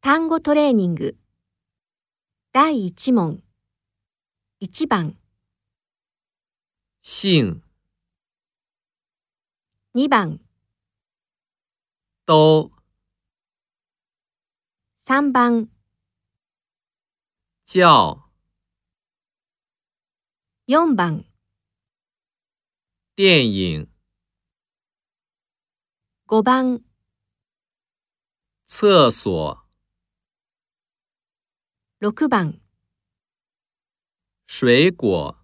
単語トレーニング第1問1番姓、 2番都、 3番叫、 4番电影、 5番厕所、 6番水果。